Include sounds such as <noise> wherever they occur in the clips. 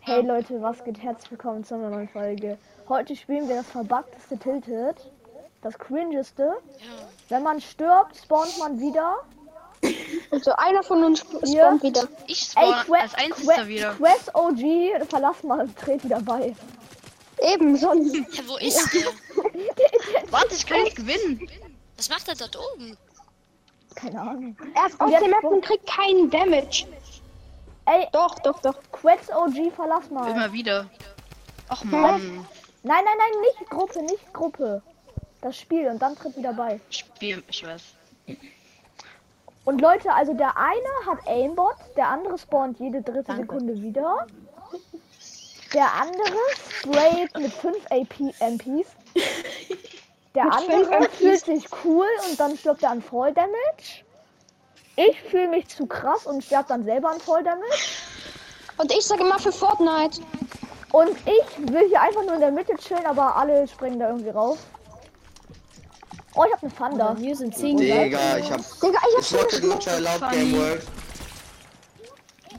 Hey Leute, was geht? Herzlich willkommen zu einer neuen Folge. Heute spielen wir das verbugteste Tilted, das cringeste. Ja. Wenn man stirbt, spawnt man wieder. Also einer von uns Ja. spawnt wieder. Ich spawn Que- als einziger Que- wieder. Quest OG, verlass mal, dreht wieder bei. <laughs> Eben, sonst. Ja, wo ist der? Warte, ich kann nicht gewinnen. Was macht er dort oben? Keine Ahnung. Er ist auf jetzt der Map spawnt- und kriegt keinen Damage. Ey, Doch, doch, doch. Quest OG, verlass mal. Immer wieder. Och man. Nein, nein, nein, nicht Gruppe, nicht Gruppe. Das Spiel und dann tritt wieder bei. Spiel, ich weiß. Und Leute, also der eine hat Aimbot, der andere spawnt jede dritte Sekunde wieder. Der andere sprayt mit 5 AP MPs. Der andere fühlt sich cool und dann stirbt er an Fall Damage. Ich fühle mich zu krass und sterbe dann selber an Fall Damage. Und ich sage immer für Fortnite. Und ich will hier einfach nur in der Mitte chillen, aber alle springen da irgendwie rauf. Oh, ich hab einen Thunder. Hier sind 10 Digga, ich hab. Digga, ich hab Ist schon Rocket geschmeckt. Launcher erlaubt, Game World?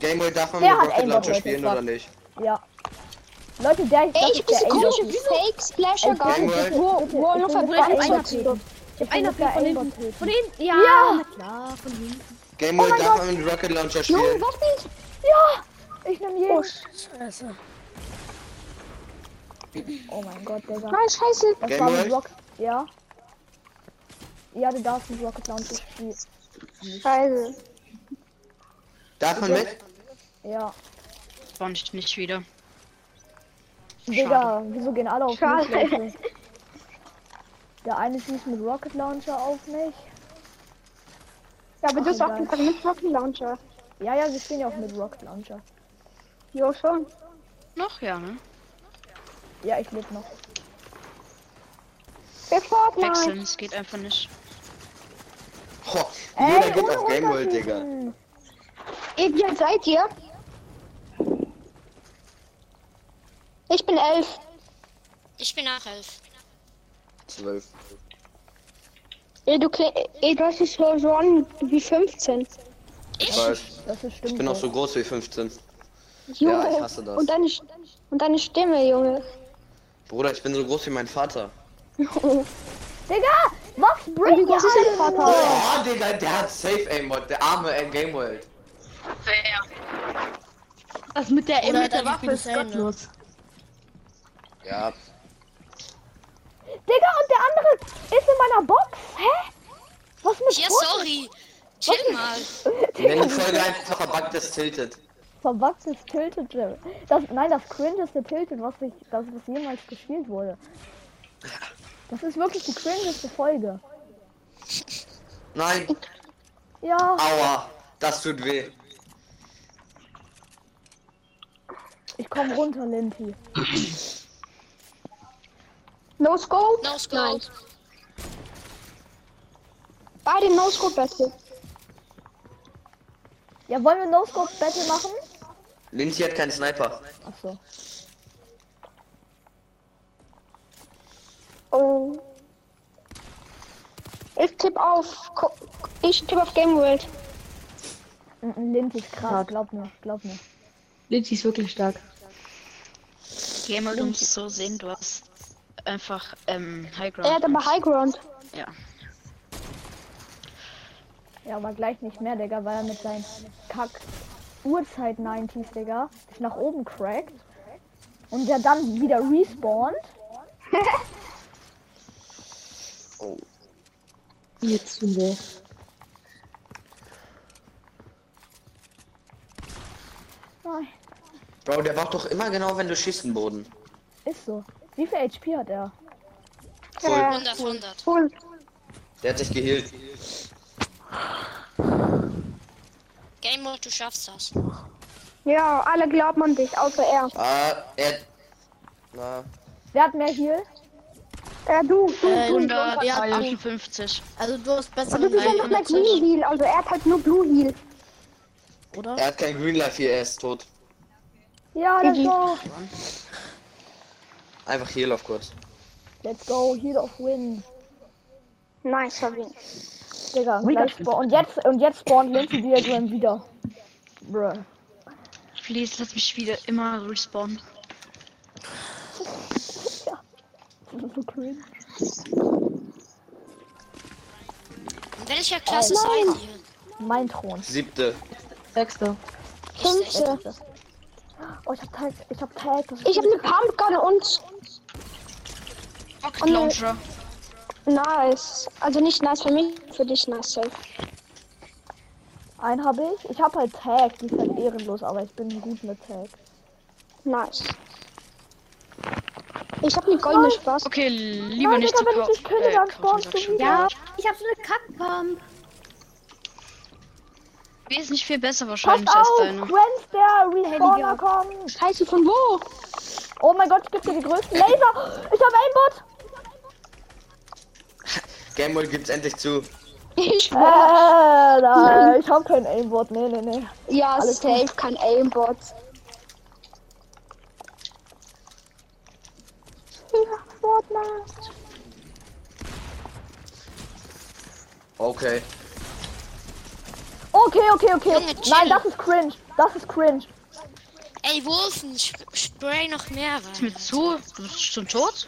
Game World darf man Der mit hat Rocket Aimbot Launcher heute spielen gesagt. oder nicht? Ja. Leute, der ich Ey, glaub, ich hab ist der diese Aimbot. komische Fake-Splasher Ey, gar Game nicht. World. Wo, Bitte, wo ich nur bin sogar Verbrechen Aimbot. zurück. Ich bin Einer sogar von Aimbot. hinten. Von hinten. Ja, Ja. na klar, von hinten. Game Oh World mein darf Gott. man mit Rocket Launcher Junge, spielen. was nicht? Ja! Ich nehme jeden. Scheiße. Oh mein Gott, Digga. Nein, scheiße. Das Game war mit World? Rock. Ja. Ja, du darfst mit Rocket Launcher spielen. Scheiße. Darf man mit? Ja. Spawn ich nicht wieder. Digga, wieso gehen alle auf Schade. mich? Leute? Der eine schießt mit Rocket Launcher auf mich. Ja, aber du hast auch egal. gesagt, mit Rocket Launcher. Ja, ja, wir spielen ja auch mit Rocket Launcher. Jo, schon. Noch ja, ne? Ja, ich lebe noch. Für Fortnite. Wechseln, es geht einfach nicht. Ho, jeder geht auf Game World, Digga. runterschießen. Eben, ja, seid ihr? Ich bin elf. Ich bin nach elf. Zwölf. Ey, du, kle ey, du hast dich so so an wie 15. Ich weiß. Das ist stimmt. Ich bin auch so groß wie 15. Junge. Ja, ich hasse das. Und deine, Sch- und deine Stimme, Junge. Bruder, ich bin so groß wie mein Vater. Digga, was bringt ihr Digga, das ist ein alle? Vater. Oh, Digga, der hat Safe Aimbot, der arme äh, Game World. Das mit Oder der, mit der dann Waffe bin ist ich eine. gottlos. Ja. Digga, und der andere ist in meiner Box. Hä? Was mit Ja, Box? sorry. Chill mal. Nenn die Folge einfach verbuggtes Tilted. Verwachsenes Tilted Jam. Das, nein, das cringeste Tilted, was ich, das, was jemals gespielt wurde. Das ist wirklich die cringeste Folge. Nein, Ja, aua, das tut weh. ich komme runter, Linti. No Scope? No scope. Nein. Beide No Scope Battle. Ja, wollen wir No-Scope Battle machen? Lindsay hat keinen Sniper. Achso. Oh. Ich tipp auf. Ko- Ich tipp auf Game World. Mm, mm, Linti ist krass, glaub mir, glaub mir. Litchi ist wirklich stark. Gamer, du musst so sehen, du hast einfach ähm, Er Highground. hat aber High Ground. Ja. Ja, aber gleich nicht mehr, Digga, weil er mit seinen Kack Uhrzeit 90s, Digga, sich nach oben crackt. Und der dann wieder respawnt. Oh. Jetzt tun wir. Nein, Bro, der braucht doch immer genau, wenn du schießt, den Boden. ist so. Wie viel HP hat er? Voll. 100, 100. Cool. Der hat sich geheilt. Game Mode, du schaffst das. Ja, alle glauben an dich, außer er. Ah, er. Na. Wer hat mehr Heal? Äh, du, du, Äh, du. Wunder. du. Ja, 51. Also du hast Und du besseren bist ja noch der Green Heal, also er hat halt nur Blue Heal. oder? Er hat kein Green Life hier, er ist tot. Ja, let's Gigi. go. Einfach Heal auf kurz. Let's go, Heal of Win. Nice, Sabine. Digga, gleich spawn. Und jetzt, und jetzt spawnt Lindsay wieder Graham wieder. Bruh. Please, lass mich wieder immer respawnen. Das ist so cringe. In welcher Klasse seid ihr? Mein Thron. Siebte. Sechster. Ich, ich, Fünfte. äh, Oh, ich hab Tag. Ich hab Tag. Das ist Ich habe eine Pumpgun und Rocket Launcher. nice. Also nicht nice für mich, für dich nice. safe. Einen habe ich. Ich habe halt Tag, die ist halt ehrenlos, aber ich bin gut mit Tag. Nice. Ich habe eine goldene Spaß. Okay, lieber Nein, nicht Digga, zu wenn kau- ich nicht könnte, äh, dann kaufen, spawnst sag du schon. wieder. Ja, ich hab so eine Kackpump. Die ist nicht viel besser Pass wahrscheinlich als auf, deine. Quenz, der Respawner Heiliger. kommt. Scheiße, von wo? <laughs> Oh mein Gott, ich geb dir die größten Laser. Ich hab Aimbot. Game Mode gibt's endlich zu. Ich war. Äh, nein, ich hab kein Aimbot. Nee, nee, nee. Ja, alles safe, kein Aimbot. Ja, Fortnite. Okay. Okay, okay, okay. Junge, chill. Nein, das ist cringe. Das ist cringe. ey, Wolfen, sp- spray noch mehr Ist rein. mir zu? Du bist schon tot?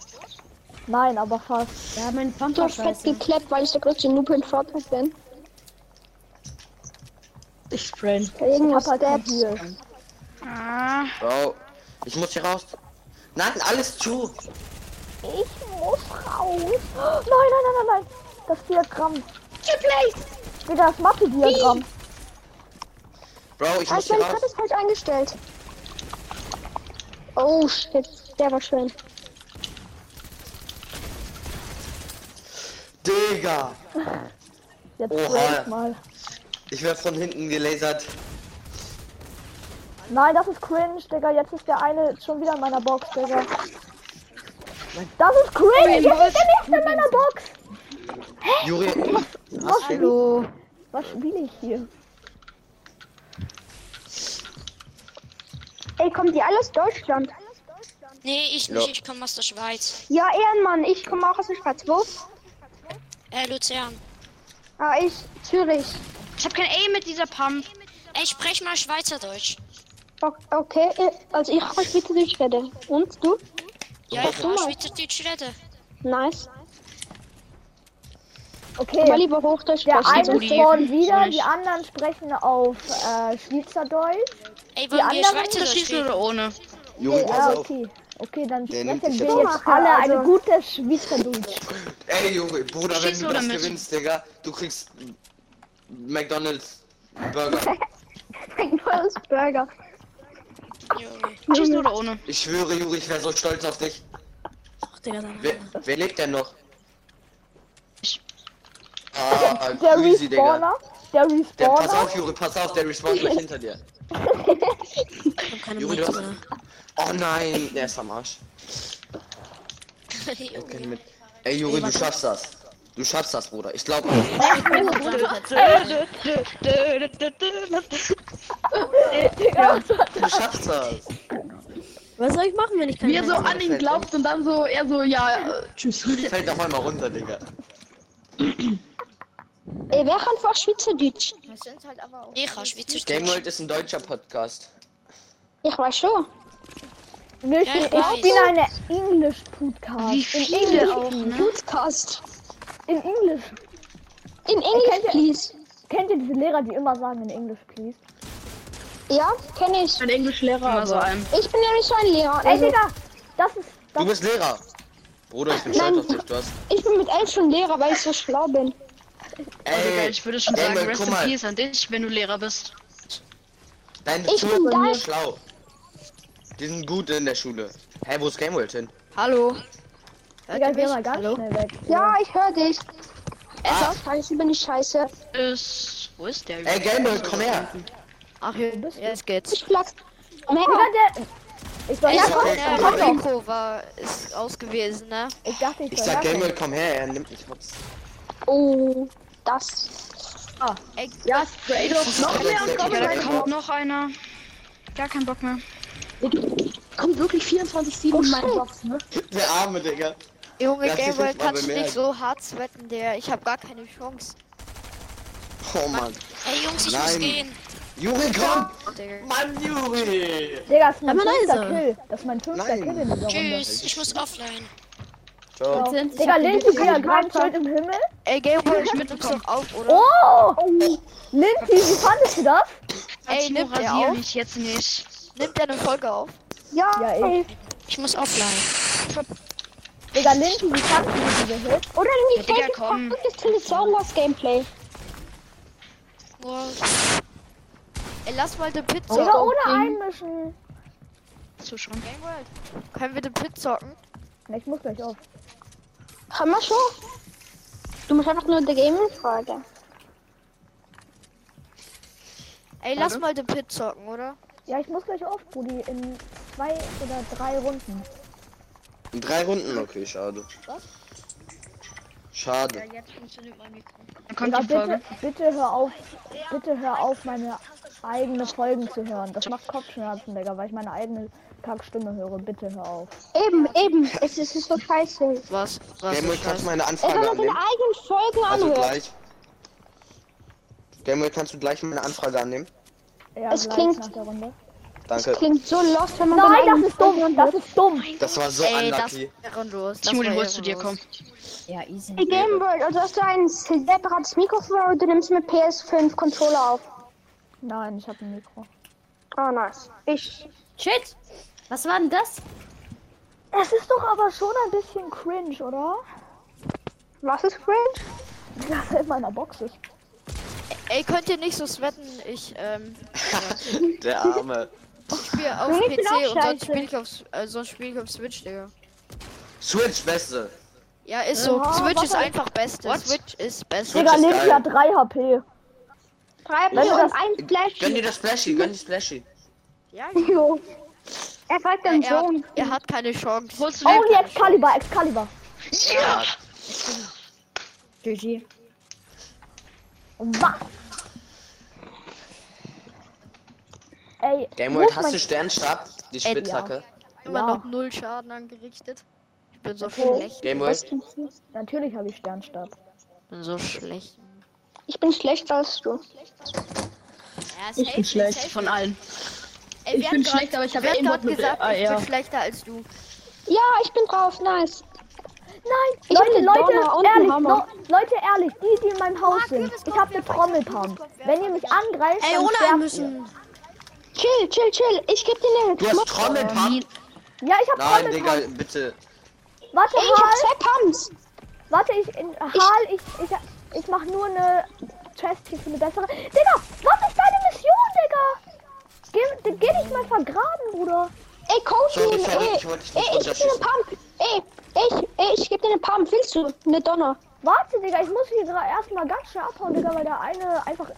Nein, aber fast. Ja, mein Pump Du war hast fett scheiße. geklappt, weil ich der größte Noob in Fortnite bin. Ich sprain. Ich Irgendwas hab halt kein Stats. Heal. Ah, Wow. Ich muss hier raus. Nein, alles zu. Ich muss raus. Nein, nein, nein, nein, nein. Das Diagramm. Digga, das Mathe-Diagramm. Bro, ich muss Also hier mein Cut raus. ist falsch eingestellt. Oh shit, der war schön. Digga. Jetzt Oha. break mal. Ich werd von hinten gelasert. Nein, das ist cringe, Digga. Jetzt ist der eine schon wieder in meiner Box, Digga. Das ist cringe. Jetzt ist der nächste in meiner Box. Juri. Was, Was denn? Hallo. was spiele ich hier? Ey, kommt ihr alles Deutschland? Nee, ich nicht, Ja. ich komme aus der Schweiz. Ja, Ehrenmann, ich komme auch aus der Schweiz. Wo? Äh, Luzern. Ah, ich, Zürich. ich hab kein Aim mit dieser Pump. Ey, sprech mal Schweizerdeutsch. O- Okay, äh, also ich habe bitte die Schwede. Und du? Ja, ich Mach kann mal. Schweizerdeutsch reden. Nice. Mal Okay. lieber Hochdeutsch Der sprechen. eine <laughs> so die- spawnt wieder, die nicht. anderen sprechen auf äh, Schweizerdeutsch. Ey, wollen wir anderen Schweizerdeutsch Unterschießen reden? oder ohne? Juri, Ah, pass auf. okay. Okay, dann also Der nimmt sprechen dich wir jetzt jetzt auf. alle eine Also- gute Schweizerdeutsch. Ey, Juri, Bruder, wenn Schieß du oder das mit? gewinnst, Digga, du kriegst McDonalds Burger. McDonald's Burger. Junge. Schießen oder ohne? Ich schwöre, Juri, ich wäre so stolz auf dich. Ach, Digga, sag mal. Wer, wer lebt denn noch? Ich. Ah, Der crazy, Digga. Respawner. Der Der, pass Respawner. auf, Juri, pass auf, der respawnt gleich hinter dir. Ich hab keine Junge, Mike du hast- mehr. Oh nein, der ist am <laughs> Arsch. Junge. Mit. Ey, Juri, du schaffst das. Du schaffst das, Bruder. Ich glaube an dich. Du schaffst das. Was soll ich machen, wenn ich keine Wie er so Mike an ihn glaubt und dann so, er so, ja, äh, tschüss. Fällt auf einmal runter, Digga. Ey, wer kann vor Schweizerdeutsch? Nee, ich kann Schweizerdeutsch. Game World ist ein deutscher Podcast. Ich weiß schon. Wir Ja, ich spielen- ich weiß. spiele eine English Podcast. Wie In viele auch, English. ne? Podcast. In English. In Englisch, Äh, kennt ihr- please. Kennt ihr diese Lehrer, die immer sagen in Englisch, please? Ja, kenne ich. Mein Englischlehrer. Immer so aber- ein. Ich bin nämlich so ein Lehrer. Ey, Also, Äh, Digga, das ist. Das Du bist Lehrer. Bruder, ich bin Nein. stolz auf dich. Du hast. ich bin mit elf schon Lehrer, weil ich so schlau bin. Digga, Ey, Also ich würde schon Game sagen, World, Rest guck in mal. Peace an dich, wenn du Lehrer bist. Deine Ich bin Zuhörer da. sind schlau. Die sind gut in der Schule. Hä, wo ist Game World hin? Hallo. Digga, geh mal ganz schnell weg. Ja, ich höre dich. Äh? Ah. Scheiße, bin ich scheiße. Ist. Wo ist der? Ey, Game World, komm her. Ach, hier, jetzt geht's. Ich flack. Komm Digga, her. der. Ich soll Ja, ja, komm, Okay, äh, komm, komm. Rico war, ist ausgewesen, ne? Ich dachte, ich Ich soll sag Game ja. World, komm her. Er nimmt mich hops. Oh, das. Ja, spray doch noch mehr und komm Da rein. kommt noch einer. Gar kein Bock mehr. Kommt wirklich 24-7 Oh in meine Box, ne? Der Arme, Digga. Junge, Lass dich Gabriel, nicht mal kannst du bemerken. dich so hart sweaten, der. Ich habe gar keine Chance. Oh Mann. Ey, Jungs, ich muss Nein. gehen. Juri, komm! Digga. Mann, Juri! Digga, das ist mein Aber fünfter leise. Kill. Das ist mein fünfter Nein. Kill in dieser Runde. Tschüss, ich muss offline. Ciao. So. Digga, Linky diagramm Schild im Himmel. Ey, Gameboy, ich mit uns doch auf, oder? Oh! Linky, wie fandest du das? Ey, nimmt er Rasier auf? mich jetzt nicht. Nimmt er eine Folge auf? Ja, ey. Ich muss offline. Digga, Linky, wie fandest du diese Hit? Oder Ja, nicht Digga, welche komm. verrücktes Telesaurus Wars Gameplay. Wow. Ey, lass mal den Pit Oh, zocken. Digga, ohne einmischen. Zuschauen. Gameboy, Können wir den Pit zocken? Na, ich muss gleich auf. Kann man schon. Du musst einfach nur die Game-Frage. Ey, lass mal den Pit zocken, oder? Ja, ich muss gleich auf, Brudi, in zwei oder drei Runden. In drei Runden? Okay, schade. Schade. Dann kommt Digga, die Folge. bitte, bitte hör auf, bitte hör auf, meine eigene Folgen zu hören. Das macht Kopfschmerzen, Digga, weil ich meine eigene Kackstimme höre. Bitte hör auf. Eben, eben. Es ist, es ist so scheiße. Was? Was? Gameboy, kannst du meine Ey, wenn Anfrage man seine annehmen? eigenen Folgen Also anhört. gleich. Gameboy, kannst du gleich meine Anfrage annehmen? Ja, Es gleich klingt- nach der Runde. Danke. Klingt so lost, wenn man seine Nein, eigenen das ist Folgen dumm, das anhört. ist dumm. Das war so Ey, das unlucky. wäre los. Timo, den holst du dir, komm. Ja, easy. Ey, Gameboy, also hast du ein separates Mikrofon oder du nimmst mit PS5 Controller auf? Nein, ich habe ein Mikro. Ah, nice. Ich. Shit! Was war denn das? Es ist doch aber schon ein bisschen cringe, oder? Was ist Cringe? Das in meiner Box ist. Ey, könnt ihr nicht so sweaten? Ich, ähm, Der Arme. spiele auf Junge, ich bin PC auch und sonst scheiße. spiele ich auf, äh, sonst spiele ich auf Switch, Digga. Switch, Beste. Ja, ist so. Ja, Switch was ist soll- einfach beste. Switch ist beste. Digga, ist Linky geil. hat 3 HP. Drei Wenn du Bier und das- ein Gönn dir Fläschchen. das Splashy, gönn dir Splashy. Ja, Jo. Er folgt dem er, hat, Sohn. er hat keine Chance. Holst du Oh, dir? die Excalibur, Excalibur. Ja! GG. Was? Ey, Gameboy, muss hast man- du Sternstab? Die Spitzhacke. Immer Ja. noch null Schaden angerichtet. Ich bin so schlecht. Gameboy, Natürlich habe ich Sternstab. Ich bin so schlecht. Ich bin schlechter als du. Ja, Ich bin schlecht. Von allen. Ey, Ich bin schlecht, aber ich habe wer hat Aimbot gerade mit gesagt, ich AR. bin schlechter als du. Ja, ich bin drauf, nice. Nein, Ich hab Leute, den Leute, Donner und den ehrlich, Hammer. no, Leute, ehrlich, die, die in meinem Haus sind, ich habe eine Trommelpump. Wenn ihr mich angreift, Ey, dann ohne sterbt einmischen. Chill, chill, chill. Ich geb dir eine du hast Trommelpump? ihr. Ja, ich habe Nein, Trommelpump. Digga, bitte. Warte, Ey, ich hab Hal, zwei Pumps. warte, ich, in, Hal, ich, ich, ich mach nur eine Chest hier für eine bessere. Digga, was ist deine Mission, Digga? Geh, geh dich mal vergraben, Bruder. Ey, coach Sorry, ihn. sorry, Ey, ich wollte dich ey, ich nicht geb dir eine runterschießen. Pump. Ey, ich, ey, ich geb dir eine Pump. Willst du? Eine Donner. Warte, Digga, ich muss hier gerade erstmal ganz schnell abhauen, Digga, weil der eine einfach,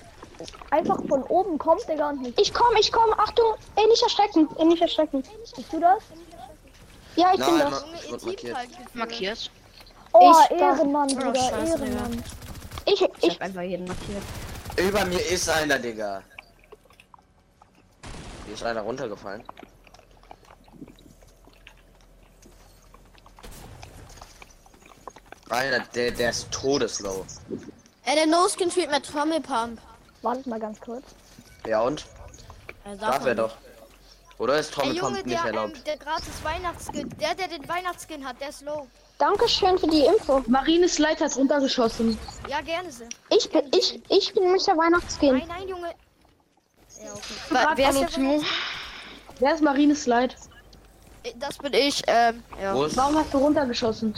einfach von oben kommt, Digga, und mich. Ich komm, ich komm. Achtung. Ey, nicht erschrecken. Ey, nicht erschrecken. Siehst du das? Ja, ich bin Nein, das. Mann, ich wurde markiert. Markiert. Oh, Ich- Ehrenmann, Oh, Digga, scheiße, Digga. Ehrenmann. Ich, Ich ich, hab einfach jeden markiert. Über mir ist einer, Digga. Hier ist einer runtergefallen. Alter, der, der ist todeslow. Ey, der No-Skin spielt mit Trommelpump. Wartet mal ganz kurz. Ja und? Äh, sag Darf mal. er doch. Oder ist Der Trommelpump Junge, nicht der, erlaubt? ähm, der gratis Weihnachtsskin, der, der den Weihnachtsskin hat, der ist low. danke schön für die Info. Marines Leiter hat runtergeschossen. Ja, gerne sehr. Ich bin, ich, ich bin Mr. Weihnachtskin. Nein, nein, Junge. Wa- Wer ist der? Timo? Wer ist Marines Leiter? Äh, Das bin ich. Ähm, ja. Wo ist? Warum hast du runtergeschossen?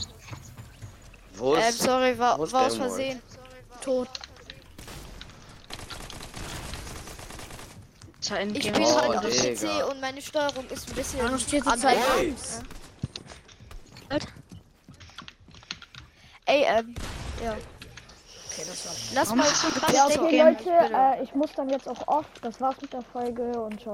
Wo Ähm, ist? sorry, war, Wo ist war aus Gameboy? Versehen. Ich Ich spiele Oh, halt auf Digga. PC und meine Steuerung ist ein bisschen. ne? Hey, Ey, ähm, ja. Lass mal Ja, was okay, denken. Leute, äh, ich muss dann jetzt auch oft. Das war's mit der Folge und ciao.